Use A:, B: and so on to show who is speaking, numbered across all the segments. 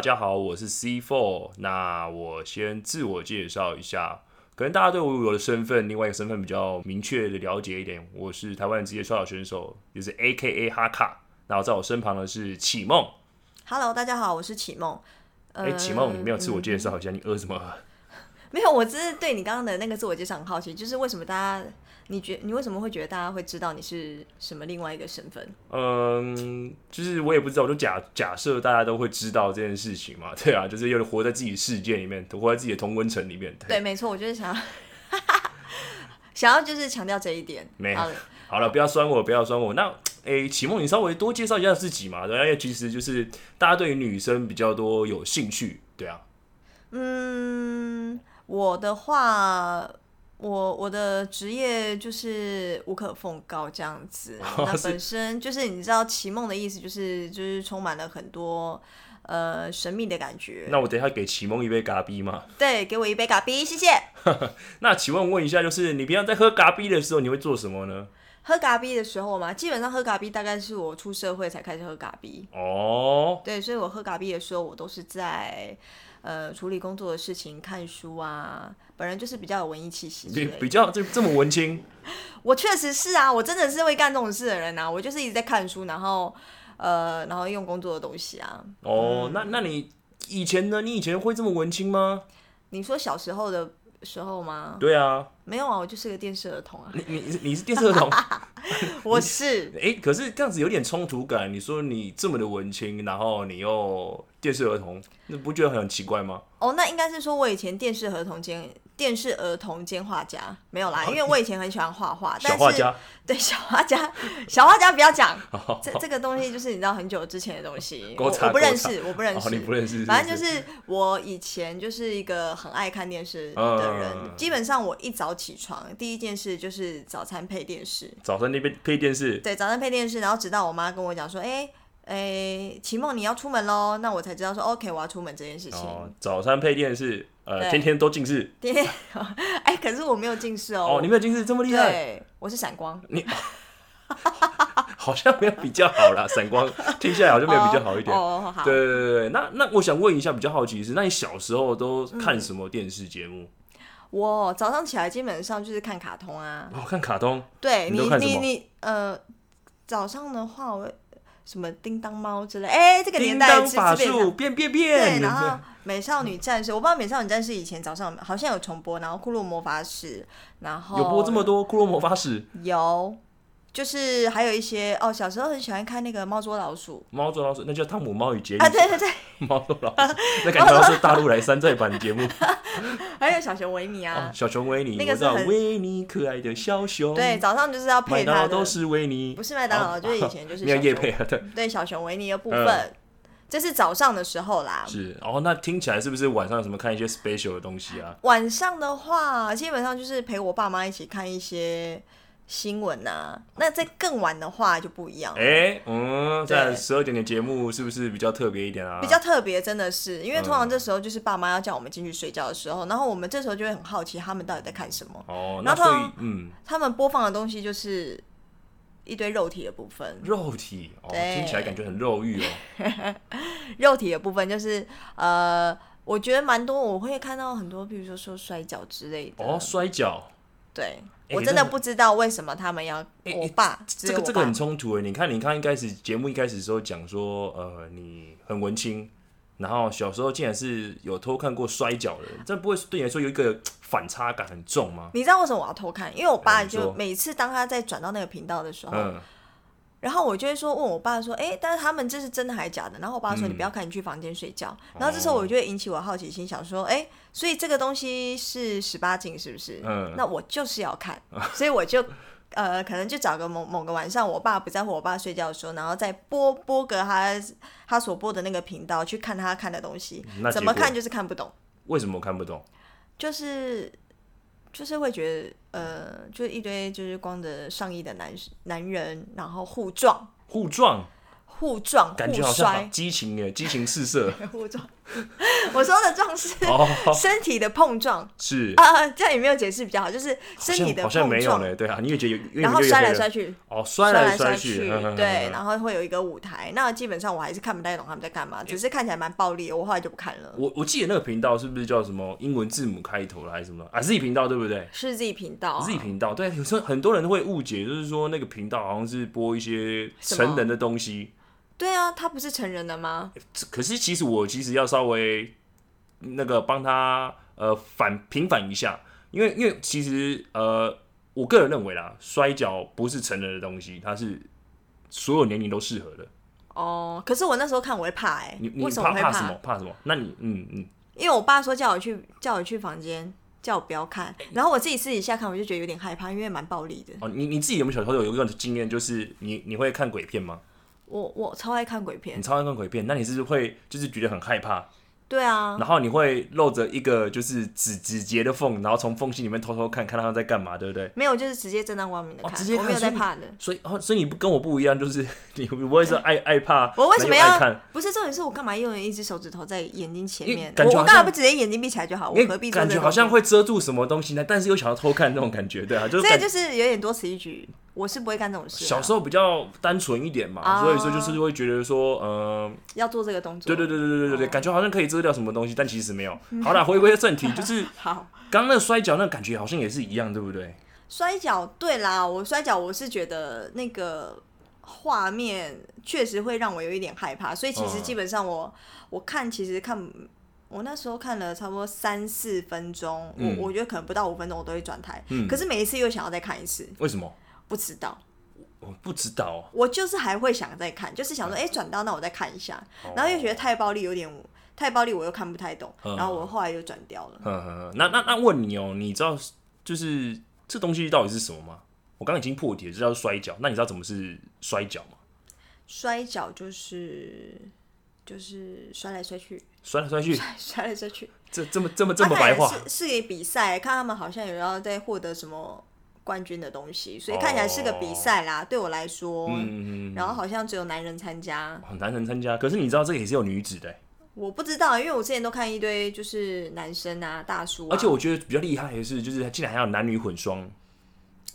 A: 家好，我是 C Four。那我先自我介绍一下，可能大家对我的身份，另外一个身份比较明确的了解一点。我是台湾职业摔跤选手，也是 A K A 哈卡。然后在我身旁的是启梦。
B: Hello，大家好，我是启梦。
A: 哎、启梦，你没有自我介绍一下，你饿什么？
B: 没有，我只是对你刚刚的那个自我介绍很好奇，就是为什么大家，你觉你为什么会觉得大家会知道你是什么另外一个身份？
A: 嗯，就是我也不知道，我就假假设大家都会知道这件事情嘛，对啊，就是有点活在自己世界里面，活在自己的同温层里面。
B: 对，没错，我就是想要， 想要就是强调这一点。
A: 没有
B: 好了，
A: 好了，不要酸我，不要酸我。那诶，启梦，你稍微多介绍一下自己嘛，对啊，因为其实就是大家对于女生比较多有兴趣，对啊，
B: 嗯，我的话，我我的职业就是无可奉告这样子。那
A: 哦是
B: 本身就是你知道，奇梦的意思就是就是充满了很多呃神秘的感觉。
A: 那我等一下给启梦一杯咖啡嘛。
B: 对，给我一杯咖啡，谢谢。
A: 那请问问一下，就是你平常在喝咖啡的时候，你会做什么呢？
B: 喝咖啡的时候嘛，基本上喝咖啡大概是我出社会才开始喝咖啡。
A: 哦，
B: 对，所以我喝咖啡的时候，我都是在呃处理工作的事情、看书啊，本人就是比较有文艺气息之
A: 比
B: 类的。
A: 比较这这么文青，
B: 我确实是啊，我真的是会干这种事的人啊，我就是一直在看书，然后呃，然后用工作的东西啊。
A: 哦，那那你以前呢？你以前会这么文青吗？
B: 你说小时候的时候吗？
A: 对啊，
B: 没有啊，我就是个电视儿童啊，
A: 你你你是电视儿 童，
B: 我是。
A: 哎、可是这样子有点冲突感。你说你这么的文青，然后你又电视儿童，那不觉得很奇怪吗？
B: 哦，那应该是说我以前电视儿童兼电视儿童兼画家没有啦，因为我以前很喜欢画画，但
A: 哦 小画
B: 是
A: 家，
B: 对小画家，小画家不要讲，
A: 哦
B: 这这个东西就是你知道很久之前的东西，我
A: 勾叉
B: 我不认
A: 勾
B: 识，我不认识，
A: 哦，你不认识是不
B: 反正就是我以前就是一个很爱看电视的人，
A: 嗯
B: 基本上我一早起床第一件事就是早餐配电视，
A: 早上那边配电视，
B: 对，早餐配电视，然后直到我妈跟我讲说，哎、哎，齐梦你要出门喽，那我才知道说 OK 我要出门这件事情。
A: 哦，早餐配电视，呃，
B: 对
A: 天天都近视。
B: 第一，哎、可是我没有近视哦，
A: 哦，你没有近视这么厉害，
B: 对，我是闪光，
A: 好像没有比较好 啦。闪光听下来好像没有比较好一点。
B: 哦，哦好，
A: 对对对对，那那我想问一下，比较好奇的是，那你小时候都看什么电视节目？
B: 我早上起来基本上就是看卡通啊，
A: 哦，看卡通
B: 对
A: 你
B: 你
A: 都看什
B: 你
A: 么
B: 你呃，早上的话我什么叮当猫之类，哎、这
A: 《
B: 个年
A: 叮
B: 代
A: 当
B: 是
A: 法
B: 是
A: 术》变变
B: 对，
A: 变，
B: 然后美少女战士，我不知道美少女战士以前早上好像有重播，然后库洛魔法使，然后
A: 有播这么多《骷髅魔法使》
B: 哦
A: 《
B: 有，就是还有一些哦，小时候很喜欢看那个猫捉老鼠
A: 猫捉老鼠》，那叫《汤姆猫与杰利
B: 啊，》对对对，
A: 猫捉老 鼠，那感觉好像是大陆来山寨版节目。
B: 还有小熊维尼
A: 哦
B: 啊，，
A: 小熊维尼，
B: 那
A: 我
B: 个
A: 知
B: 是
A: 道
B: 很
A: 维尼可爱的小熊，
B: 对，，早上就是要
A: 麦
B: 配
A: 当
B: 它
A: 劳
B: 的
A: 都，是维尼
B: 不，是麦当劳，
A: 哦
B: 就是以前就 是
A: 没有
B: 小
A: 叶
B: 熊
A: 配啊，对，
B: 对小熊维尼的部
A: 嗯
B: 分，这是早上的时候啦，
A: 是。哦，那听起来是不是晚上有什么看一些 special 的东西啊？
B: 晚上的话，基本上就是陪我爸妈一起看一些新闻呐、那在更晚的话就不一样了，
A: 哎、嗯，在
B: 哦对
A: 十二点的节目是不是比较特别一点啊？
B: 比较特别，真的是因为通常
A: 嗯
B: 这时候就是爸妈要叫我们进去睡觉的时候，然后我们这时候就会很好奇他们到底在看什么。
A: 哦，那
B: 那
A: 所
B: 通
A: 以
B: 常
A: 嗯，
B: 他们播放的东西就是一堆肉体的部分，
A: 肉体哦，
B: 对
A: 听起来感觉很肉欲哦。
B: 肉体的部分就是呃，我觉得蛮多，我会看到很多，比如说说摔跤之类的。
A: 哦，摔跤，
B: 对，
A: 哎
B: 我真
A: 那
B: 的不知道为什么他们要
A: 哎
B: 我爸，只
A: 这
B: 有
A: 个
B: 我
A: 这个
B: 爸
A: 很冲突诶。你看，你看，一开始节目一开始的时候讲说，呃，你很文青，然后小时候竟然是有偷看过摔跤的人，这不会对你来说有一个反差感很重吗？
B: 你知道为什么我要偷看？因为我
A: 哎
B: 爸
A: 你说
B: 就每次当他在转到那个频道的时候，
A: 嗯，
B: 然后我就会说问我爸说：“哎、但是他们这是真的还假的？”然后我爸说：“
A: 嗯哦
B: 你不要看，你去房间睡觉。然后这时候我就会引起我好奇心，想说：“哎、所以这个东西是十八禁是不是？
A: 嗯
B: 那我就是要 看，所以我就。”呃，可能就找个某某个晚上，我爸不在乎，我爸睡觉的时候，然后再播播个他他所播的那个频道去看他看的东西
A: 那，
B: 怎
A: 结
B: 么
A: 果
B: 看就是看不懂。
A: 为什么我看不懂？
B: 就是就是会觉得，呃，就一堆就是光着上衣的男男人，然后互撞，
A: 互撞，
B: 互撞、
A: 感
B: 互
A: 觉好像好
B: 摔、
A: 激情 耶，激情四射
B: 互撞。 我说的撞是
A: 哦，
B: 身体的碰撞
A: 是
B: 啊，啊这样也没有解释比较好，就是身体的
A: 好像好像
B: 碰
A: 没有
B: 撞，
A: 呢，对啊，你也觉得有，
B: 然后摔来摔
A: 去，
B: 去，
A: 哦，摔
B: 来
A: 来摔
B: 去，
A: 呵呵呵
B: 对，
A: 呵
B: 然后会有一个舞台。那基本上我还是看不太懂他们在干嘛，只是看起来蛮暴力的，我后来就不看了。
A: 我我记得那个频道是不是叫什么英文字母开头的还是什么啊？Z 频道对不对
B: 是 Z 频道、啊、
A: ？Z 频道对，有时候很多人会误解，就是说那个频道好像是播一些
B: 什么
A: 成人的东西，
B: 对啊，他不是成人的吗？
A: 这可是其实我其实要稍微那个帮他呃反平反一下，因为因为其实呃我个人认为啦，摔跤不是成人的东西，它是所有年龄都适合的。
B: 哦，可是我那时候看我会怕哎、
A: 你你
B: 为什么
A: 怕
B: 会
A: 怕什么？怕什么？那你嗯嗯，
B: 因为我爸说叫我去叫我去房间，叫我不要看，然后我自己私底下看，我就觉得有点害怕，因为蛮暴力的。
A: 哦，你你自己有没有小时候有一个经验，就是你你会看鬼片吗？
B: 我我超爱看鬼片
A: 你，超爱看鬼片，那你是不是会就是觉得很害怕，
B: 对啊，
A: 然后你会露着一个就是指指节的缝，然后从缝隙里面偷偷看看他们在干嘛，对不对？
B: 没有就是直接正大光明的
A: 哦
B: 看，
A: 直接
B: 我
A: 看
B: 没有
A: 所
B: 在
A: 以你
B: 怕的。
A: 所以哦，所以你不跟我不一样，就是 你不会是爱爱怕，
B: 我为什么要
A: 然后又爱看？
B: 不是重点是我干嘛用一只手指头在眼睛前
A: 因为
B: 面？我
A: 感觉
B: 我
A: 好
B: 干嘛
A: 像
B: 不直接眼睛闭起来就好？我
A: 因
B: 何
A: 为
B: 必做
A: 感
B: 这
A: 觉
B: 个
A: 好像
B: 动作？
A: 会遮住什么东西呢，但是又想要偷看那种感觉，对啊，就是
B: 这
A: 感
B: 个就是有点多此一举，我是不会干这种事啊。
A: 小时候比较单纯一点嘛，
B: 啊
A: 所以说就是会觉得说，嗯、
B: 要做这个动作，
A: 对对对对对对对，
B: 哦嗯
A: 感觉好像可以遮掉什么东西，但其实没有。好啦，回归正题，就是
B: 好。
A: 刚刚那个摔跤那个感觉好像也是一样，对不对？
B: 摔跤，对啦，我摔跤我是觉得那个画面确实会让我有一点害怕，所以其实
A: 嗯
B: 基本上我、我看其实看我那时候看了差不多三四分钟，
A: 嗯
B: 我我觉得可能不到五分钟我都会转台，
A: 嗯
B: 可是每一次又想要再看一次，
A: 为什么？
B: 不知道。
A: 我不知道哦、
B: 我就是还会想再看，就是想说，哎、转到那我再看一下，
A: 嗯哦
B: 然后又觉得太暴力有点太暴力，我又看不太懂，
A: 嗯
B: 然后我后来就转掉了。
A: 呵呵嗯呵，那那那问你哦、你知道就是这东西到底是什么吗？我刚刚已经破题了，这叫摔跤。那你知道怎么是摔跤吗？
B: 摔跤就是就是摔来摔去，
A: 摔来摔去，
B: 摔来摔去，
A: 这这么这么这么
B: 啊看
A: 白
B: 起来
A: 话，
B: 是是给比赛，看他们好像有要在获得什么冠军的东西，所以看起来是个比赛啦。对我来说，
A: 哦嗯，
B: 然后好像只有男人参加，
A: 很难能参加。可是你知道这也是有女子的欸、
B: 我不知道，因为我之前都看一堆就是男生啊、大叔啊，
A: 而且我觉得比较厉害的是，就是竟然还有男女混双、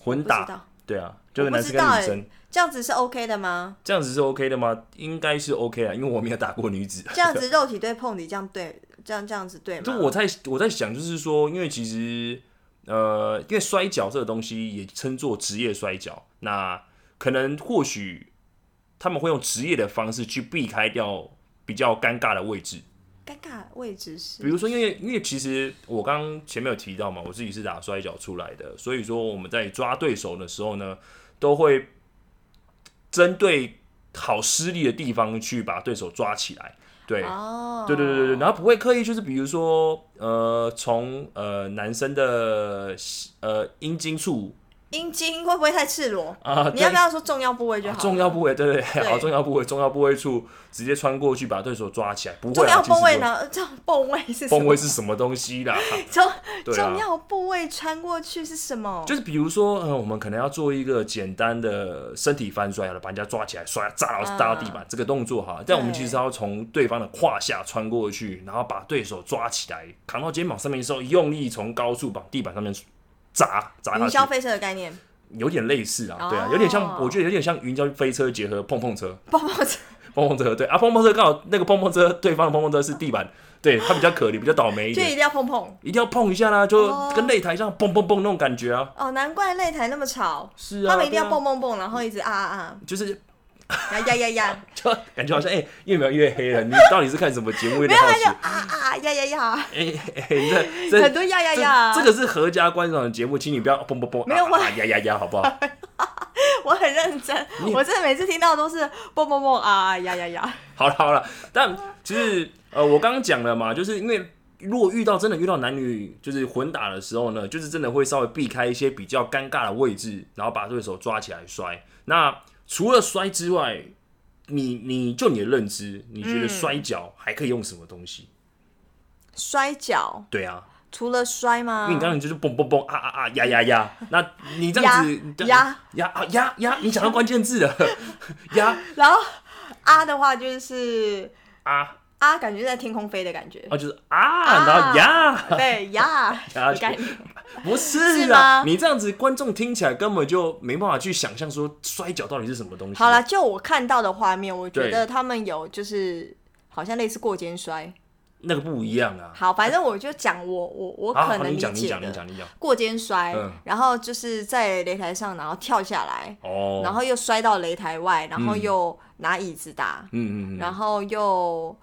A: 混
B: 不知
A: 打，
B: 道
A: 对啊，就是
B: 我不
A: 男
B: 知
A: 生跟
B: 道
A: 女
B: 欸
A: 生，
B: 这样子是 OK 的吗？
A: 这样子是 OK 的吗？应该是 OK 啊，因为我没有打过女子。
B: 这样子肉体对碰底，这样对，这样这样子对吗？
A: 就我在我在想，就是说，因为其实呃，因为摔跤这个东西也称作职业摔跤，那可能或许他们会用职业的方式去避开掉比较尴尬的位置，
B: 尴尬位置是
A: 比如说，因为因为其实我刚刚前面有提到嘛，我自己是打摔跤出来的，所以说我们在抓对手的时候呢，都会针对好失利的地方去把对手抓起来，对。
B: 哦，
A: 对对对对，然后不会刻意就是比如说，呃，从呃男生的呃阴茎处
B: 阴茎会不会太赤裸？
A: 啊，
B: 你要
A: 对
B: 不要说重要部位就
A: 啊
B: 好？
A: 重要部位，对对
B: 对
A: 对，好重要部位，重要部位处直接穿过去把对手抓起来，不会
B: 重
A: 啊
B: 要部位？
A: 其实
B: 呢？这样部位是什
A: 不 会
B: 么
A: 风位是什么东西啦？
B: 重
A: 对
B: 重
A: 啊，
B: 要部位穿过去是什么？
A: 就是比如说，呃，我们可能要做一个简单的身体翻摔，把人家抓起来摔砸到砸到地板、
B: 嗯
A: 这个动作哈，但我们
B: 对
A: 其实要从对方的胯下穿过去，然后把对手抓起来，扛到肩膀上面的时候，用力从高处往地板上面砸砸
B: 云霄
A: 下去，
B: 飞车的概念，
A: 有点类似啊，
B: 哦
A: 对啊，有点像，我觉得有点像云霄飞车结合碰碰车，
B: 包包车
A: 碰碰车对啊，碰碰车刚好那个碰碰车对方的碰碰车是地板，对他比较可怜，比较倒霉一
B: 就一
A: 点，
B: 定要碰碰
A: 一定要碰一下啦，就
B: 哦
A: 跟擂台上蹦蹦蹦那种感觉啊，
B: 哦，难怪擂台那么吵，
A: 是啊，
B: 他们一定要
A: 对啊
B: 蹦蹦蹦，然后一直啊啊
A: 就是
B: 啊，呀呀呀呀，
A: 就感觉好 像哎、越描越黑了。你到底是看什么节目？有
B: 没
A: 点
B: 有
A: 好
B: 他
A: 奇
B: 就。啊啊呀呀呀，
A: 哎哎、欸，这
B: 很
A: 这
B: 多呀呀呀，
A: 这这个是合家观赏的节目，请你不要嘣嘣嘣，
B: 啊没有
A: 啊
B: 我
A: 啊呀呀呀，好 不好？
B: 我很认真，
A: 你
B: 我真的每次听到都是蹦蹦蹦啊啊呀呀呀，
A: 好了好了，但其实呃，我刚刚讲了嘛，就是因为。如果遇到真的遇到男女就是混打的时候呢，就是真的会稍微避开一些比较尴尬的位置，然后把对手抓起来摔。那除了摔之外，你你就你的认知，你觉
B: 嗯
A: 得摔跤还可以用什么东西？
B: 摔跤
A: 对啊，
B: 除了摔吗
A: 因为？你刚刚就是蹦蹦蹦啊啊啊呀呀呀，那你这样子
B: 嗯呀
A: 呀呀啊呀呀，你讲到关键字了，呀
B: 然后啊啊的话就是
A: 啊
B: 啊，感觉在天空飞的感 觉。
A: 啊，就是啊，然后呀，
B: 对 呀，
A: 呀
B: 的概念
A: 不是
B: 是
A: 啊，
B: 吗
A: 你这样子观众听起来根本就没办法去想象说摔跤到底是什么东西。
B: 好了，，就我看到的画面，我觉
A: 对
B: 得他们有就是好像类似过肩摔。
A: 那个不一样啊。
B: 好，反正我就讲我我我
A: 好，
B: 可
A: 好，
B: 能
A: 你
B: 理
A: 讲，你
B: 解
A: 讲，你
B: 的
A: 讲，你讲。
B: 过肩摔
A: 嗯，
B: 然后就是在擂台上，然后跳下来，
A: 哦，
B: 然后又摔到擂台外，然后又拿椅子打，
A: 嗯嗯嗯，
B: 然后又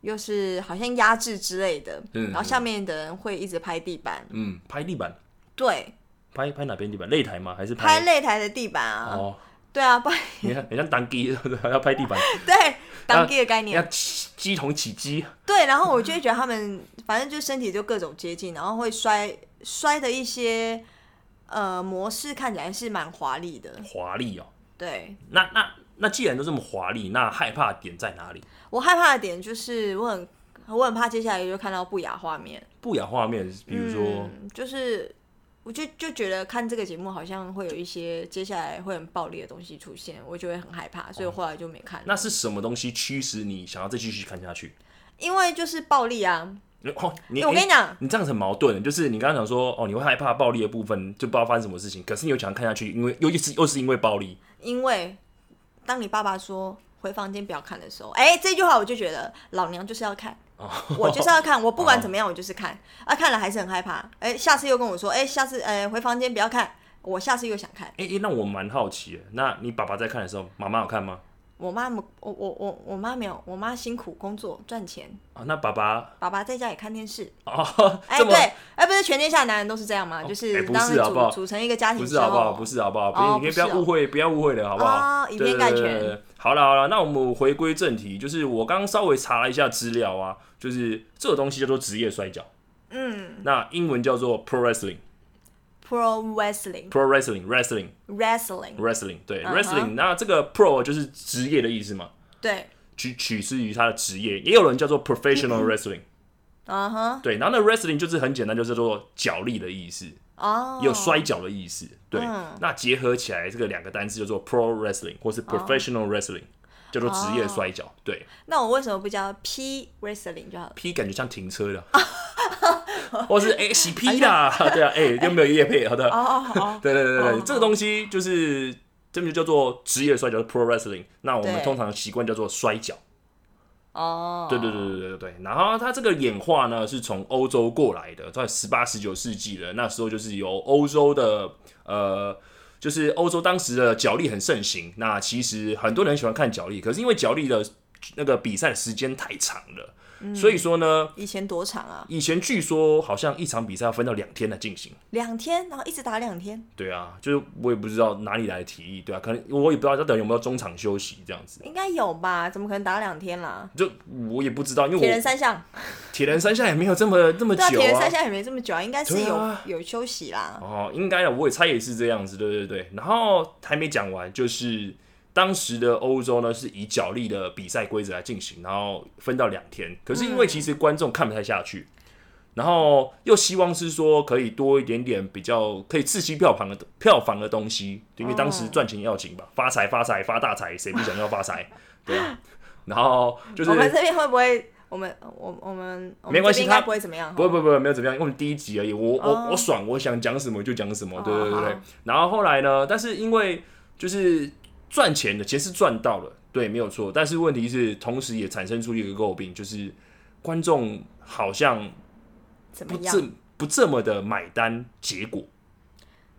B: 又是好像压制之类的，
A: 嗯
B: 然后下面的人会一直拍地板，
A: 嗯，拍地板，
B: 对，
A: 拍拍哪边地板？擂台吗？还是
B: 拍擂台的地板啊，
A: 哦，
B: 对啊，拍
A: 你看，你像当机 要拍地板，
B: 对当地的概
A: 你
B: 念，
A: 要起鸡同起鸡，
B: 对，然后我
A: 嗯
B: 就会觉得他们反正就身体就各种接近，然后会摔摔的一些呃模式看起来是蛮华丽的，
A: 华丽哦。
B: 对
A: 那那那既然都这么华丽，那害怕点在哪里？
B: 我害怕的点就是我很我很怕接下来就看到不雅画面。
A: 不雅画面，比如说，
B: 嗯、就是我就就觉得看这个节目好像会有一些接下来会很暴力的东西出现，我就会很害怕，所以我后来就没看了。
A: 哦那是什么东西驱使你想要再继续看下去？
B: 因为就是暴力啊，
A: 哦，你
B: 欸我跟你讲，
A: 你这样子很矛盾，就是你刚刚讲说，哦，你会害怕暴力的部分，就不知道发生什么事情，可是你又想看下去，因为尤其是又是因为暴力，
B: 因为当你爸爸说。回房间不要看的时候，哎、这句话我就觉得老娘就是要看，
A: 哦
B: 我就是要看，我不管怎么样，我就是看。啊，看了还是很害怕。哎、下次又跟我说，哎、下次，哎、回房间不要看，我下次又想看。
A: 哎、欸、那我蛮好奇的，那你爸爸在看的时候，妈妈有看吗？
B: 我妈没，我我我我妈没有，我妈辛苦工作赚钱，
A: 啊，那爸爸
B: 爸爸在家里看电视，
A: 哦，
B: 哎，
A: 这么、
B: 对，哎，不是全天下男人都是这样吗？就
A: 哎
B: 是
A: 不是
B: 当你
A: 好不好
B: 组组成一个家庭
A: 不
B: 之
A: 是好不好？
B: 后
A: 不，是好不好？别、
B: 哦
A: 你
B: 不
A: 不
B: 是
A: 要
B: 哦
A: 误会，不要误会了，好不好？
B: 哦以偏概全
A: 对对对对好了好了，那我们回归正题，就是我刚刚稍微查了一下资料啊，就是这个东西叫做职业摔跤，
B: 嗯
A: 那英文叫做 pro wrestling，pro
B: ，pro wrestling
A: wrestling wrestling
B: wrestling，
A: wrestling，对、
B: 嗯哼
A: wrestling，那这个 pro 就是职业的意思嘛。
B: 对，
A: 取取自于他的职业，也有人叫做
B: 嗯
A: professional wrestling、
B: 啊哈，
A: 对，然后那 wrestling 就是很简单，就是叫做脚力的意思，
B: 哦，
A: 也有摔跤的意思。对，
B: 嗯
A: 那结合起来这个两个单词叫做 pro wrestling 或
B: 哦
A: 是 professional wrestling，、叫做职业摔跤。对
B: 那我为什么不叫 p wrestling 就好了？
A: ，P 感觉像停车 的， 或是哎、洗 P 啦， 对啊，哎、有没有业配？好的，
B: 哦哦哦，
A: 对对对对对，这个东西就是这就叫做职业摔跤 pro wrestling。那我们
B: 对
A: 通常习惯叫做摔跤。
B: 哦，
A: 对对对对对对对。然后它这个演化呢，是从欧洲过来的，在十八、十九世纪的那时候，就是由欧洲的呃，就是欧洲当时的角力很盛行。那其实很多人喜欢看角力，可是因为角力的那个比赛时间太长了，
B: 嗯
A: 所以说呢。
B: 以前多长啊？
A: 以前据说好像一场比赛要分到两天来进行，
B: 两天，然后一直打两天，
A: 对啊，就是我也不知道哪里来的提议，对啊，可能我也不知道到底有没有中场休息这样子，
B: 应该有吧？怎么可能打两天啦？
A: 就我也不知道，因为
B: 铁人
A: 我
B: 三项，
A: 铁人三项也没有这么这么久
B: 对啊，铁人
A: 啊
B: 三，项也没这么久啊，应该是
A: 对
B: 有
A: 啊
B: 有休息啦。
A: 哦，应该的，我也猜也是这样子，对对对。然后还没讲完，就是当时的欧洲呢是以角力的比赛规则来进行，然后分到两天。可是因为其实观众看不太下去，然后又希望是说可以多一点点比较可以刺激票房的票房的东西，因为当时
B: 哦
A: 赚钱要紧吧，发财发财发大财，谁不想要发财？对啊。然后就是
B: 我们这边会不会？我们我我们我
A: 没
B: 们
A: 关
B: 这
A: 系
B: 边应该
A: 他
B: 不会怎么样哈。
A: 不不不，没有怎么样，因为我们第一集而已。我我、我爽，我想讲什么就讲什么，对对对对
B: 哦好。
A: 然后后来呢，但是因为就是赚钱的钱是赚到了，对，没有错。但是问题是，同时也产生出一个诟病，就是观众好像
B: 怎么
A: 不
B: 样？
A: 这不这么的买单结果。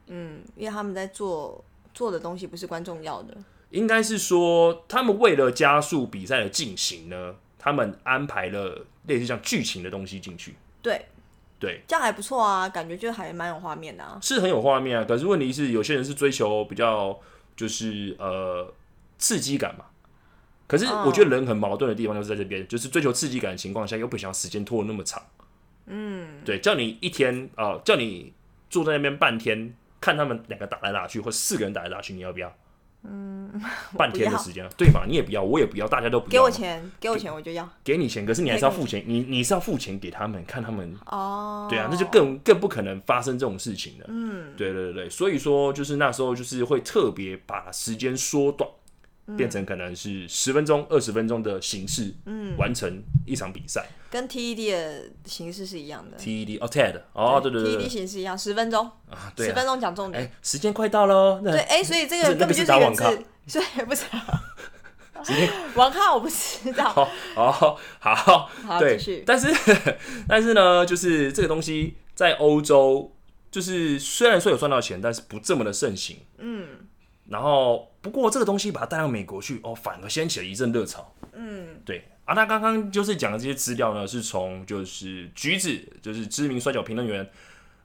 B: 嗯，因为他们在做做的东西不是观众要的，
A: 应该是说，他们为了加速比赛的进行呢，他们安排了类似像剧情的东西进去，
B: 对，
A: 对，
B: 这样还不错啊，感觉就还蛮有画面的啊。
A: 是很有画面啊，可是问题是有些人是追求比较就是呃刺激感嘛。可是我觉得人很矛盾的地方就是在这边，就是追求刺激感的情况下，又不想时间拖得那么长。嗯，对，叫你一天啊、呃叫你坐在那边半天，看他们两个打来打去，或四个人打来打去，你要不要？嗯， 半天的时间，对嘛？你也不要，我也不要，大家都不要嘛。
B: 给我钱，给我钱我就要
A: 给你钱，可是你还是要付钱，你你是要付钱给他们，看他们
B: 哦。嗯
A: 对啊，那就更更不可能发生这种事情了。嗯，对对对，所以说就是那时候就是会特别把时间缩短，变成可能是十分钟、二十分钟的形式，嗯，完成一场比赛。
B: 跟 TED 的形式是一样的。
A: TED 哦，TED 哦，对对对
B: TED
A: 对
B: 形式一样，十分钟，
A: 啊，对
B: 十
A: 啊
B: 分，钟讲重点。
A: 哎，时间快到喽，那
B: 对，哎，所以这个
A: 不是那个
B: 根本就是一
A: 打
B: 个
A: 网咖
B: 字，所以不是 网咖我不知道。
A: 好哦，好，
B: 好，
A: 对
B: 继续，。
A: 但是 但是呢，就是这个东西在欧洲，就是虽然说有赚到钱，但是不这么的盛行。嗯。然后，不过这个东西把它带到美国去，哦，反而掀起了一阵热潮。嗯，对。啊，那刚刚就是讲的这些资料呢，是从就是橘子，就是知名摔跤评论员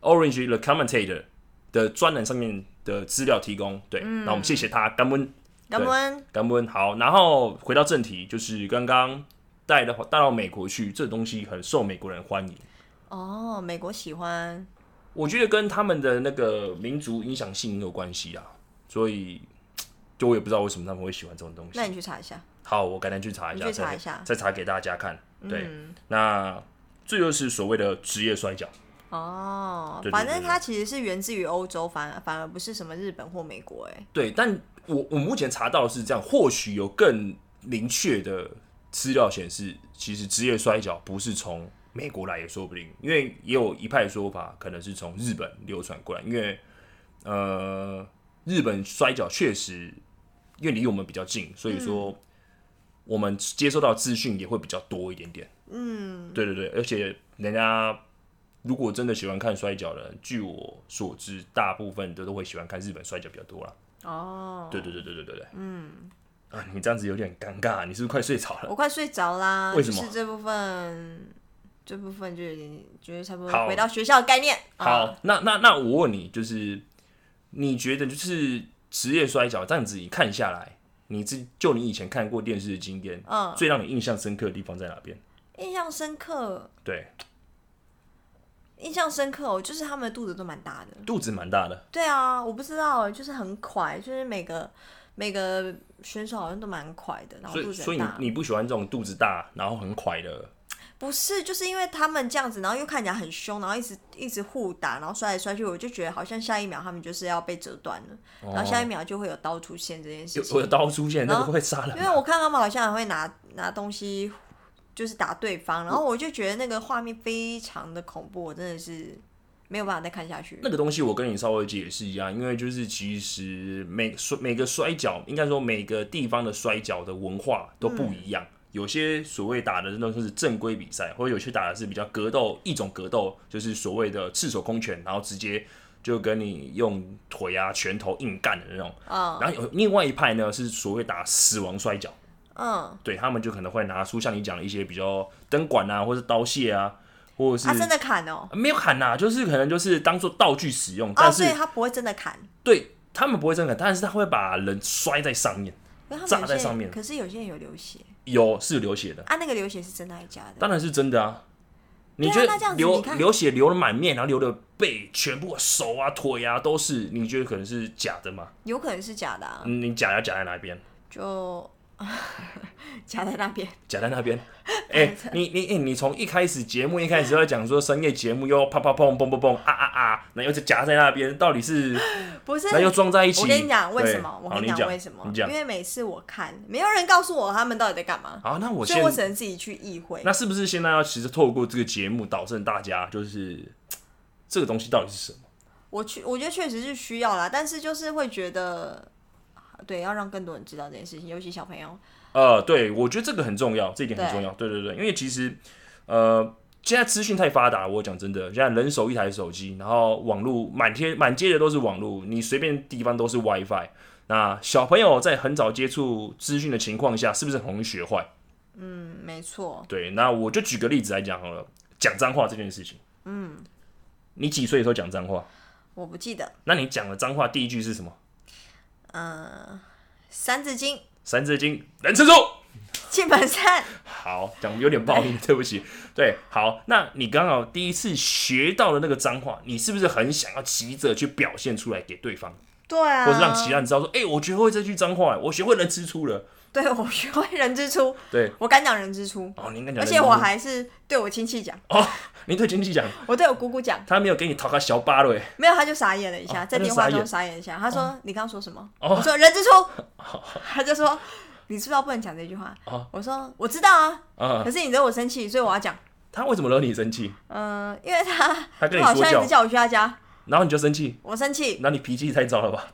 A: Orange the Commentator 的专栏上面的资料提供。对，
B: 嗯
A: 那我们谢谢他，感恩
B: 感恩，
A: 感恩。好，然后回到正题，就是刚刚带的带到美国去，这东西很受美国人欢迎。
B: 哦，美国喜欢，
A: 我觉得跟他们的那个民族影响性有关系啊，所以就我也不知道为什么他们会喜欢这种东西
B: 那。你去查一下。
A: 好，我改天去查一下，
B: 你去查
A: 再
B: 一下嗯
A: 再查给大家看。对，那这就是所谓的职业摔跤。
B: 哦
A: 对对，
B: 反
A: 对
B: 正
A: 对
B: 它其实是源自于欧洲，反而反而不是什么日本或美国，哎，
A: 对，但我我目前查到的是这样，或许有更明确的资料显示，其实职业摔跤不是从美国来也说不定，因为也有一派说法可能是从日本流传过来，因为呃，日本摔跤确实因为离我们比较近，所以说。我们接收到资讯也会比较多一点点，嗯，对对对，而且人家如果真的喜欢看摔跤的人，据我所知，大部分都都会喜欢看日本摔跤比较多啦。
B: 哦，
A: 对对对对对对对，嗯，啊，你这样子有点尴尬，你是不是快睡着了？
B: 我快睡着啦，
A: 为什么
B: 就是这部分，这部分就有点觉得差不
A: 好
B: 多回到学校的概念。啊，
A: 好，那那那我问你，就是你觉得就是职业摔跤这样子，你看下来，你自就你以前看过电视的经验，
B: 嗯
A: 最让你印象深刻的地方在哪边？
B: 印象深刻，
A: 对，
B: 印象深刻哦，就是他们的肚子都蛮大的。
A: 肚子蛮大的，
B: 对啊，我不知道，就是很快，就是每个每个选手好像都蛮快的，然后
A: 所
B: 哦肚
A: 以
B: 子
A: 所
B: 很
A: 以你
B: 大。
A: 你不喜欢这种肚子大然后很快的，
B: 不是，就是因为他们这样子，然后又看起来很凶，然后一直一直互打，然后摔来摔去，我就觉得好像下一秒他们就是要被折断了，然后下一秒就会有刀出现这件事
A: 有
B: 情。
A: 哦有刀出现，那
B: 然
A: 个
B: 后
A: 会杀人
B: 因为
A: 吗。
B: 我看他们好像还会拿拿东西，就是打对方，然后我就觉得那个画面非常的恐怖，我真的是没有办法再看下去
A: 那。个东西我跟你稍微解释一下，因为就是其实每摔每个摔跤，应该说每个地方的摔跤的文化都不一样。有些所谓打的那种是正规比赛，或者有些打的是比较格斗，一种格斗就是所谓的赤手空拳，然后直接就跟你用腿啊、拳头硬干的那种。
B: 啊、
A: 然后有另外一派呢是所谓打死亡摔跤，
B: 嗯，
A: 对他们就可能会拿出像你讲的一些比较灯管啊，或是刀械啊，或者是、
B: 他、真的砍哦、
A: 没有砍呐、就是可能就是当做道具使用，
B: 啊，
A: 但是、
B: 所以他不会真的砍，
A: 对他们不会真的砍，但是他会把人摔在上面，
B: 因为他们
A: 炸
B: 有
A: 在
B: 些
A: 上面
B: 可是有些人有流血
A: 有是有流血的，
B: 啊，那个流血是真的还是假的？
A: 当然是真的啊。你
B: 对啊
A: 觉
B: 那这
A: 得
B: 样子
A: 流
B: 你看
A: 流血流了满面，然后流的背、全部手啊、腿啊都是，你觉得可能是假的吗？
B: 有可能是假的啊，
A: 嗯你假要假在哪边？
B: 就 夹在那边。
A: 假在那 边？哎、你你哎、你从一开始节目一开始就在讲说深夜节目又啪啪砰砰砰砰啊啊啊，然后又是夹在那边，到底 是
B: 不是
A: 然后又撞在一起？
B: 我跟你讲为
A: 对
B: 什么？我
A: 好
B: 跟
A: 你
B: 你
A: 讲
B: 为什么？
A: 你
B: 因
A: 讲
B: 为每次我看，没有人告诉我他们到底在干嘛，
A: 啊？那我
B: 所
A: 先
B: 以我只能自己去意会。
A: 那是不是现在要其实透过这个节目导正大家，就是嘖这个东西到底是什么？
B: 我去，我觉得确实是需要啦，但是就是会觉得，对，要让更多人知道这件事情，尤其小朋友。
A: 呃，对，我觉得这个很重要，这一点很
B: 对
A: 重要。对对对，因为其实呃，现在资讯太发达了，我讲真的，现在人手一台手机，然后网络满天满街的都是网络，你随便地方都是 WiFi。那小朋友在很早接触资讯的情况下，是不是很容易学坏？
B: 嗯，没错，
A: 对，那我就举个例子来讲好了，讲脏话这件事情。嗯，你几岁的时候讲脏话？
B: 我不记得。
A: 那你讲的脏话第一句是什么？
B: 嗯，《三字经》《
A: 三字经，人吃素。
B: 键盘扇》
A: 好，讲有点暴
B: 哎
A: 力，对不起。对，好，那你刚好第一次学到的那个脏话，你是不是很想要急着去表现出来给对方，
B: 对啊，
A: 或是让其他人知道说，哎、我学会这句脏话，我学会人吃醋了。
B: 对我学会人之初，
A: 对，
B: 我敢讲人之初，
A: 哦，您敢讲人
B: 而
A: 之
B: 且
A: 初，
B: 我还是对我亲戚讲，
A: 哦，您对经济讲，
B: 我对我姑姑讲，
A: 他没有给你讨个小巴了哎，
B: 没有他就傻眼了一下，
A: 哦
B: 在
A: 他就
B: 电话
A: 傻
B: 中
A: 眼
B: 傻眼一下，他说、你刚刚说什么？
A: 哦
B: 我说人 之初，他就说你知不知道不能讲这句话？
A: 哦
B: 我说我知道啊，
A: 啊，
B: 可是你惹我生气，所以我要讲。
A: 他为什么惹你生气？
B: 嗯、因为他
A: 他跟你
B: 好
A: 说
B: 像一
A: 教
B: 直，叫我去他家，
A: 然后你就生气，
B: 我生气，
A: 然后你脾气太糟了吧？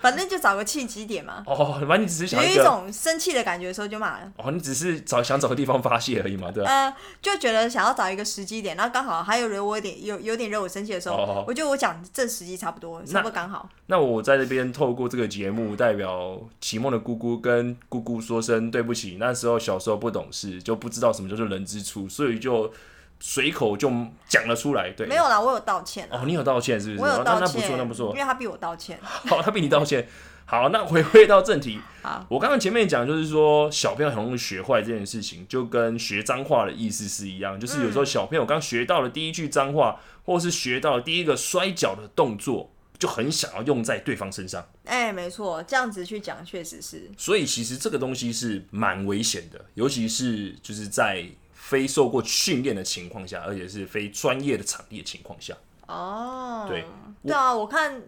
B: 反正就找个契机点嘛，
A: 哦，反正你只是
B: 有
A: 想
B: 一
A: 个，
B: 种生气的感觉的时候就骂了。
A: 哦，你只是找想找个地方发泄而已嘛，对吧？
B: 呃，就觉得想要找一个时机点，然后刚好还有惹我一点有有点惹我生气的时候，
A: 哦
B: 我觉得我讲这时机差不多，差不多刚好。
A: 那我在这边透过这个节目，代表启梦的姑姑跟姑姑说声对不起。那时候小时候不懂事，就不知道什么叫做人之初，所以就随口就讲了出来。对，
B: 没有啦，我有道歉啦，
A: 哦，你有道歉是不是？
B: 我有
A: 哦
B: 道
A: 那那不
B: 歉，
A: 错，那不错
B: 因。为他逼我道歉。
A: 好，他比你道歉。好，那回归到正题
B: 好。
A: 我刚刚前面讲就是说，小朋友很容易学坏这件事情，就跟学脏话的意思是一样。就是有
B: 嗯
A: 时候小朋友刚学到了第一句脏话，或是学到了第一个摔跤的动作，就很想要用在对方身上。
B: 哎、没错，这样子去讲确实是，
A: 所以其实这个东西是蛮危险的，尤其是就是在非受过训练的情况下，而且是非专业的场地的情况下。
B: 哦，
A: 对，
B: 啊，我看，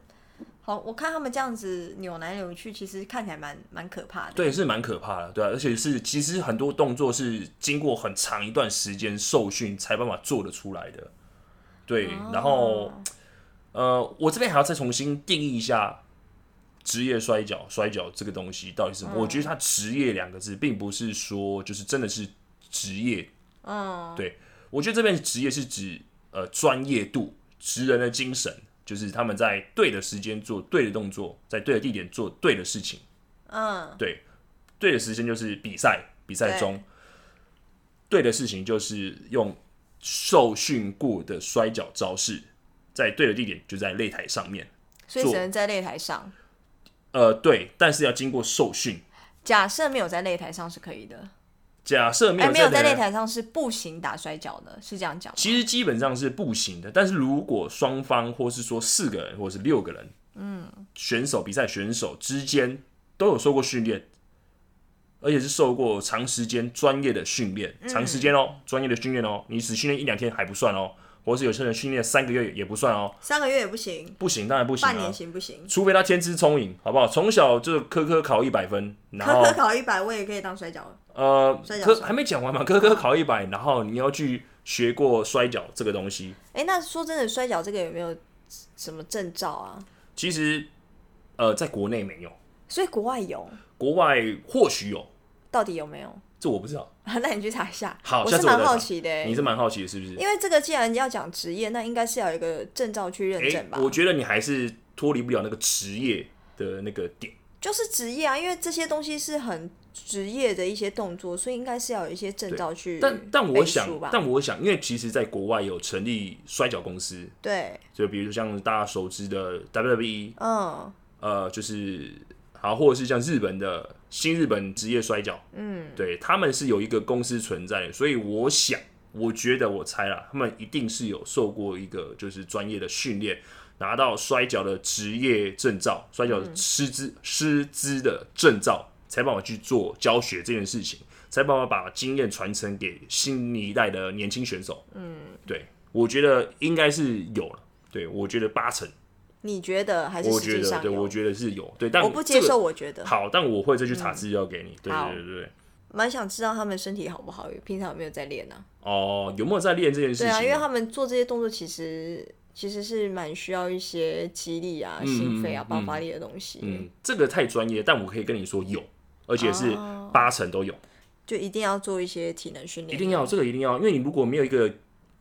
B: 好，我看他们这样子扭来扭去，其实看起来蛮蛮可怕的。
A: 对，是蛮可怕的，对啊，而且是其实很多动作是经过很长一段时间受训才办法做得出来的，对，然后呃，我这边还要再重新定义一下职业摔跤，摔跤这个东西到底是什么？我觉得它“职业”两个字，并不是说就是真的是职业，嗯，对，我觉得这边职业是指呃专业度、职人的精神，就是他们在对的时间做对的动作，在对的地点做对的事情。
B: 嗯，
A: 对，对的时间就是比赛，比赛中对的事情就是用受训过的摔跤招式，在对的地点就在擂台上面。
B: 所以
A: 做
B: 只能在擂台上。
A: 呃，对，但是要经过受训。
B: 假设没有在擂台上是可以的，
A: 假设没
B: 哎、
A: 有
B: 没有在
A: 擂
B: 擂，台上是不行打摔跤的，是这样讲吗？
A: 其实基本上是不行的。但是如果双方或是说四个人或是六个人，嗯，选手比赛选手之间都有受过训练。而且是受过长时间专业的训练，
B: 嗯
A: 长时间哦，专业的训练哦，你只训练一两天还不算哦，或是有些人训练三个月也不算哦，
B: 三个月也不行，
A: 不行，当然不行
B: 半年
A: 啊，
B: 行不行？
A: 除非他天资聪颖，好不好？从小就科科考一百分，然
B: 科
A: 后
B: 科考一百，我也可以当摔跤了。
A: 呃
B: 摔，跤
A: 科
B: 手
A: 还没讲完嘛，科科考一百，然后你要去学过摔跤这个东西，
B: 哎、那说真的，摔跤这个有没有什么证照啊？
A: 其实呃，在国内没有，
B: 所以国外有，
A: 国外或许有，
B: 到底有没有？
A: 这我不知道。
B: 那你去查一下。
A: 好
B: 我
A: 下
B: 是
A: 次我
B: 蛮
A: 再
B: 好
A: 查
B: 奇的、欸，
A: 你是蛮好奇的，是不是？
B: 因为这个既然要讲职业，那应该是要有一个证照去认
A: 诶
B: 证吧？
A: 我觉得你还是脱离不了那个职业的那个点。
B: 就是职业啊，因为这些东西是很职业的一些动作，所以应该是要有一些证照去背书吧。
A: 但但我想，但我想，因为其实在国外有成立摔跤公司，
B: 对，
A: 就比如像大家熟知的 E WWE，
B: 嗯，
A: 呃，就是好，或者是像日本的新日本职业摔跤，嗯，对，他们是有一个公司存在的，所以我想，我觉得我猜啦，他们一定是有受过一个就是专业的训练，拿到摔跤的职业证照，摔跤的师资、师资的证照，才办法去做教学这件事情，才办法把经验传承给新一代的年轻选手，嗯，对，我觉得应该是有了，对我觉得八成。
B: 你觉得还是
A: 我
B: 实
A: 觉
B: 际
A: 得，
B: 上
A: 对，
B: 有？
A: 我觉得是有，对，但
B: 我不接
A: 这个
B: 受，我觉得
A: 好，但我会再去查资料给你。对
B: 好
A: 对对对。
B: 蛮想知道他们身体好不好，平常有没有在练呢、
A: 哦，有没有在练这件事
B: 对
A: 情？
B: 啊，因为他们做这些动作其实其实是蛮需要一些肌力啊、心肺啊、爆发力的东西，
A: 嗯，这个太专业，但我可以跟你说有，而且是
B: 哦
A: 八成都有，
B: 就一定要做一些体能训
A: 一
B: 练。
A: 定要这个一定要，因为你如果没有一个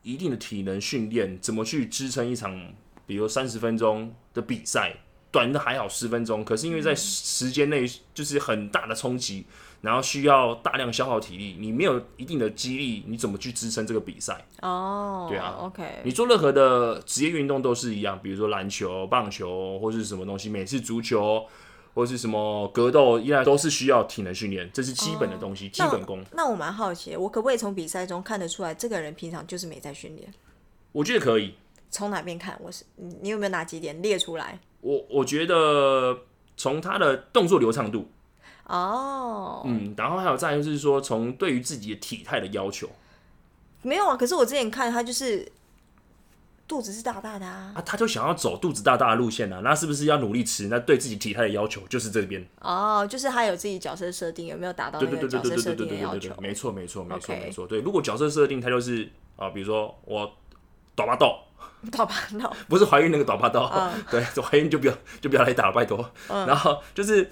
A: 一定的体能训练，怎么去支撑一场，比如三十分钟的比赛？短的还好，十分钟，可是因为
B: 嗯
A: 在时间内就是很大的冲击，然后需要大量消耗体力，你没有一定的肌力，你怎么去支撑这个比赛？
B: 哦，
A: 对啊
B: ，OK，
A: 你做任何的职业运动都是一样，比如说篮球、棒球或是什么东西，美式足球或是什么格斗，依然都是需要体能训练，这是基本的东西，基
B: 哦那
A: 本功。
B: 那我蛮好奇，我可不可以从比赛中看得出来，这个人平常就是没在训练？
A: 我觉得可以，
B: 从哪边看？我是你你有没有哪几点列出来？
A: 我我觉得从他的动作流畅度，
B: 哦，
A: 嗯，然后还有再来就是说，从对于自己的体态的要求
B: 没有啊。可是我之前看他就是肚子是大大的啊。
A: 啊，他就想要走肚子大大的路线啊，那是不是要努力吃？那对自己体态的要求就是这边，
B: 哦，就是他有自己角色设定，有没有达到
A: 对
B: 哦那
A: 对对
B: 个
A: 对
B: 角
A: 对
B: 色
A: 对对
B: 设
A: 对
B: 定的
A: 对
B: 要
A: 对
B: 求
A: 对，？没错没错没错
B: OK
A: 没错，对，如果角色设定，他就是啊，比如说我打巴豆，
B: 好吧，那 我
A: 不是怀孕那个短发刀，
B: 嗯
A: 对，怀孕就不要就不要来打了，拜托。然后就是，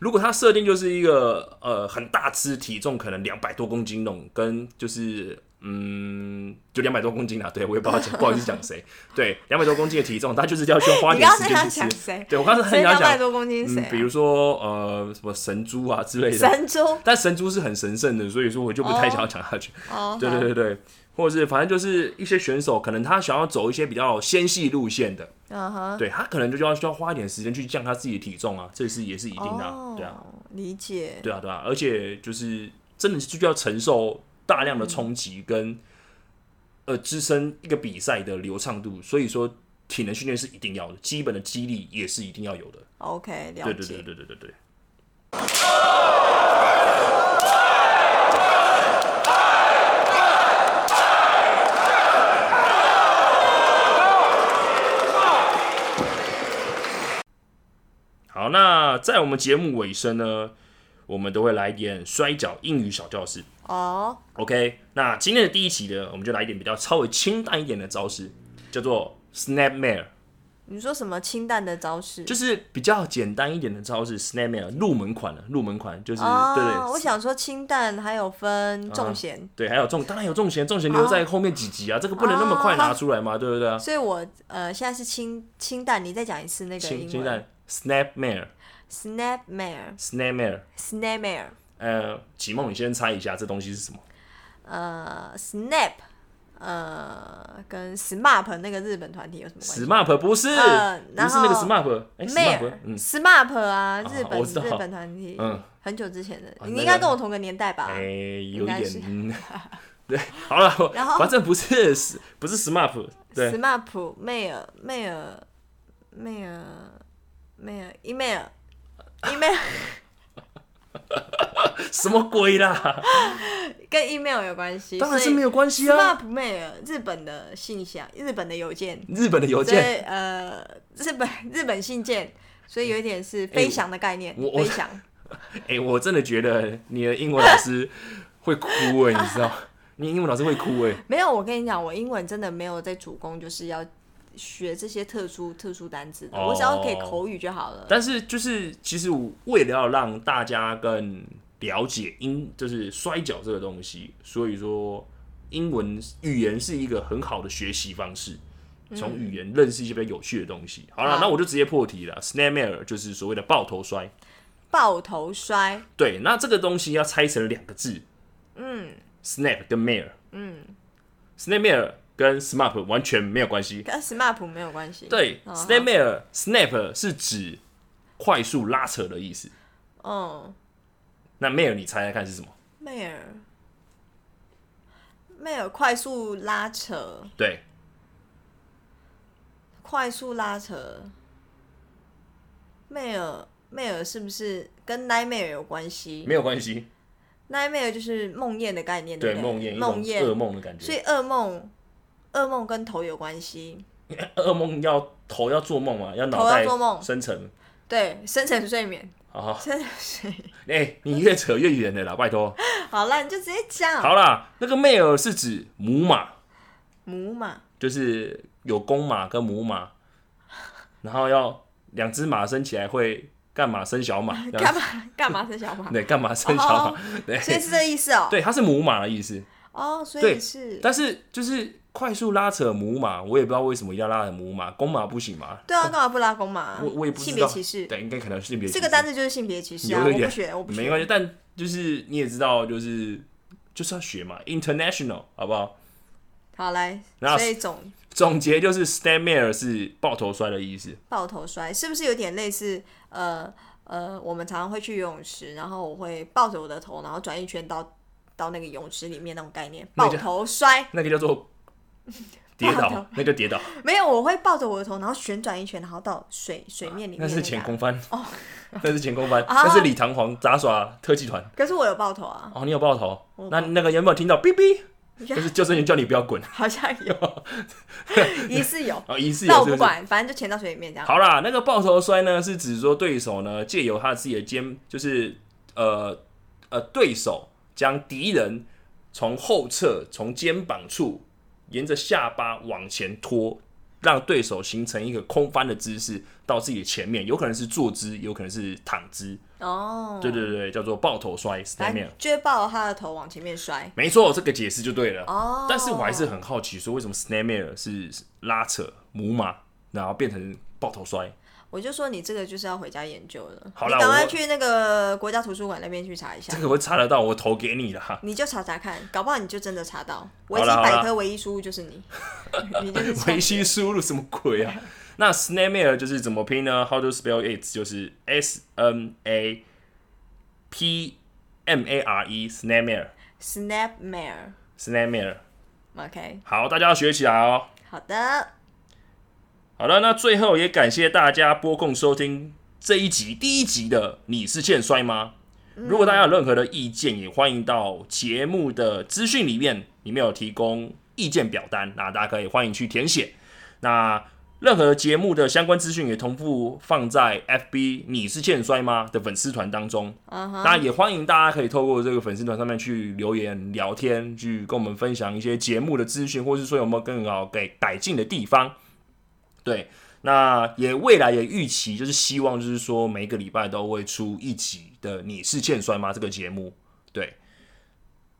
A: 如果他设定就是一个呃很大只，体重可能两百多公斤那种，跟就是嗯就两百多公斤啦，对我也不好讲，不好意思讲 谁，对，两百多公斤的体重，他就是要去花
B: 你
A: 点
B: 刚
A: 时
B: 才
A: 间
B: 想
A: 去
B: 讲
A: 吃。
B: 谁？
A: 对我刚才很
B: 谁
A: 想
B: 两百
A: 讲，
B: 多公斤是谁
A: 嗯，
B: 啊？
A: 比如说呃什么神猪啊之类的，
B: 神猪
A: 但神猪是很神圣的，所以说我就不太想要讲下去。
B: 哦，
A: 对
B: 好
A: 对对对，或者是反正就是一些选手，可能他想要走一些比较纤细路线的，
B: 嗯哼，
A: 对他可能就要需要花一点时间去降他自己的体重啊，这是也是一定的啊、
B: 哦
A: 对啊，
B: 理解。
A: 对啊，对啊，而且就是真的是就要承受大量的冲击跟、呃支撑一个比赛的流畅度，所以说体能训练是一定要的，基本的肌力也是一定要有的，
B: OK，了
A: 对对对
B: 解。
A: 对对对对。好，那在我们节目尾声呢，我们都会来一点摔跤英语小教室。
B: 哦，
A: OK，那今天的第一集呢，我们就来一点比较稍微清淡一点的招式，叫做 Snapmare，
B: 你说什么清淡的招式？
A: 就是比较简单一点的招式 Snapmare，入门款的，入门款就是、嗯
B: 哦，
A: 对对。
B: 我想说清淡还有分重咸，
A: 对，还有重，当然有重咸，重咸留在后面几集
B: 哦
A: 啊，这个不能那么快拿出来嘛，对不对啊？
B: 所以我呃现在是清清淡，你再讲一次那个
A: 清
B: 英
A: 清
B: 文
A: 淡 Snapmare，Snapmare，
B: snapmare snapmare
A: 呃，启梦，你先猜一下这东西是什么？
B: 呃 snap 呃跟 SMAP 那个日本团体有什么关系
A: SMAP 不是，
B: 呃
A: 不
B: 然
A: 是那个
B: 后
A: SMAP，哎、s m a p
B: ？Mare
A: 嗯，
B: SMAP 啊，日本
A: 我知道
B: 日本团体
A: 嗯，
B: 很久之前的，
A: 那
B: 你
A: 个
B: 应该跟我同个年代吧
A: 哎、？有一
B: 该
A: 点
B: 是，
A: 嗯对，好了，我
B: 然后
A: 反正不是是不是 SMAP，对
B: SMAP、Mail、Mail、Mail、Mail、Email、Email
A: 什么鬼啦，
B: 跟 Email 有关系，
A: 当然是没有关系啊，
B: SMAP Mail 日本的信箱，日本的邮件，
A: 日本的邮
B: 所以
A: 件，
B: 呃，日本日本信件，所以有一点是飞翔的概念，
A: 我我
B: 飞翔。
A: 哎、我真的觉得你的英文老师会哭哎、你知道，你英文老师会哭哎、
B: 没有，我跟你讲，我英文真的没有在主攻，就是要学这些特殊特殊单词的，
A: 哦
B: 我只要可以口语就好了。
A: 但是就是，其实我为了要让大家更了解英，就是摔跤这个东西，所以说英文语言是一个很好的学习方式，从语言认识一些比较有趣的东西。好了，
B: 好
A: 那我就直接破题了。Snapmare 就是所谓的抱头摔，
B: 抱头摔，
A: 对，那这个东西要拆成两个字，嗯，snap 跟 mare，嗯，snapmare 跟 smap 完全没有关系。
B: 跟 SMAP 没有关系。
A: 对
B: 哦
A: ，snapmare snap 是指快速拉扯的意思。
B: 嗯
A: 那 mail 你猜猜看是什么？
B: 妹儿，妹儿快速拉扯，
A: 对，
B: 快速拉扯。妹儿，妹儿是不是跟 nightmare 有关系
A: 没有关系，
B: ？nightmare 就是梦魇的概念，
A: 对
B: 不
A: 梦魇，一
B: 梦
A: 种
B: 魇
A: 噩，梦的感
B: 所
A: 觉，
B: 以噩梦，噩梦跟头有关系。
A: 噩梦要头要做梦嘛，要脑
B: 头要
A: 袋
B: 做梦
A: 深层。
B: 对，深层睡眠，
A: 好，
B: 深层睡眠。
A: 哎、你越扯越远了啦，拜托。
B: 好啦，你就直接讲。
A: 好啦，那个 mail 是指母马，
B: 母马，
A: 就是有公马跟母马，然后要两只马生起来会干嘛生小 马，这样
B: 干嘛干嘛生小马？
A: 对，干嘛生小
B: 哦
A: 马，对
B: 所以是这个意思 哦。
A: 对，它是母马的意思。
B: 哦，所
A: 对
B: 以是。
A: 但是就是快速拉扯母马，我也不知道为什么一定要拉扯母马，公马不行嘛？
B: 对啊，干嘛不拉弓嘛？
A: 我我也不知道
B: 性别歧视，
A: 对，应该可能是性别
B: 这
A: 歧
B: 个
A: 视
B: 单字就是性别歧视啊！
A: 有
B: 我
A: 一
B: 不
A: 点
B: 学，我不学。
A: 没关系，但就是你也知道，就是就是要学嘛，international 好不好？
B: 好来，
A: 那
B: 所以总
A: 总结就是 snapmare 是抱头摔的意思，
B: 抱头摔是不是有点类似呃呃，我们常常会去游泳池，然后我会抱着我的头，然后转一圈到到那个泳池里面那种概念，
A: 那
B: 抱
A: 就
B: 头摔。
A: 那个叫做 跌
B: 大
A: 倒
B: 头，
A: 那就跌倒，
B: 没有，我会抱着我的头，然后旋转一圈，然后到水水面里面。
A: 那
B: 哦
A: 是前空
B: 空。
A: 翻， 那是前空翻，
B: 啊
A: 那是李唐皇杂耍特技团。
B: 可是我有抱头啊，
A: 哦，你有爆头
B: 我有？
A: 那那个有没有听到哔哔？
B: 我觉
A: 就
B: 得
A: 是救生员叫你不要滚。
B: 好像有， 疑似有。
A: 哦，疑似
B: 那
A: 有
B: 我
A: 是不是？
B: 不管，反正就潜到水里面这样。
A: 好啦，那个抱头摔呢，是指说对手呢借由他自己的肩，就是呃呃，对手将敌人从后侧从肩膀处沿着下巴往前拖，让对手形成一个空翻的姿势到自己的前面，有可能是坐姿，有可能是躺姿。
B: 哦，
A: 对对对，叫做抱头摔 s t a m i
B: 来
A: n
B: 就会抱着他的头往前面摔。
A: 没错，这个解释就对了。
B: 哦，
A: 但是我还是很好奇，说为什么 snare 是拉扯母马，然后变成抱头摔？
B: 我就说你这个就是要回家研究了。
A: 好
B: 你
A: 啦
B: 赶快
A: 我
B: 去那个国家图书馆那边去查一下
A: 这，个我查得到，我投给你啦。
B: 你就查查看，搞不好你就真的查到。
A: 好
B: 维
A: 啦
B: 基
A: 好啦
B: 百科唯一输入就是你， 你就是这样
A: 维西输入什么鬼啊？那 snare 就是怎么拼呢？How to spell it 就是 S N A P M A R E snare
B: Snapmare。
A: snare。
B: OK，
A: 好，大家要学起来哦。
B: 好的，
A: 好了，那最后也感谢大家播控收听这一集第一集的《你是欠摔吗》。如果大家有任何的意见，也欢迎到节目的资讯里面，里面有提供意见表单，那大家可以欢迎去填写。那任何节目的相关资讯也同步放在 FB“ 你是欠摔吗”的粉丝团当中。
B: 嗯哼，
A: 那也欢迎大家可以透过这个粉丝团上面去留言聊天，去跟我们分享一些节目的资讯，或是说有没有更好给改进的地方。对，那也未来也预期就是希望就是说每个礼拜都会出一集的《你是欠摔吗》这个节目。对，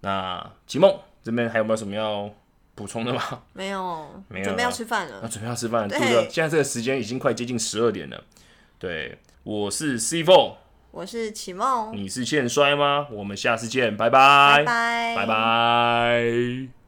A: 那吉梦这边还有没有什么要补充的吗？
B: 没有，
A: 没有
B: 准备要
A: 了
B: 吃饭
A: 那
B: 了。
A: 准备要吃饭，对
B: 对
A: 不对？现在这个时间已经快接近十二点了。对，我是 C Four，
B: 我是启梦，
A: 你是欠摔吗？我们下次见，拜拜。
B: 拜拜，
A: 拜。拜。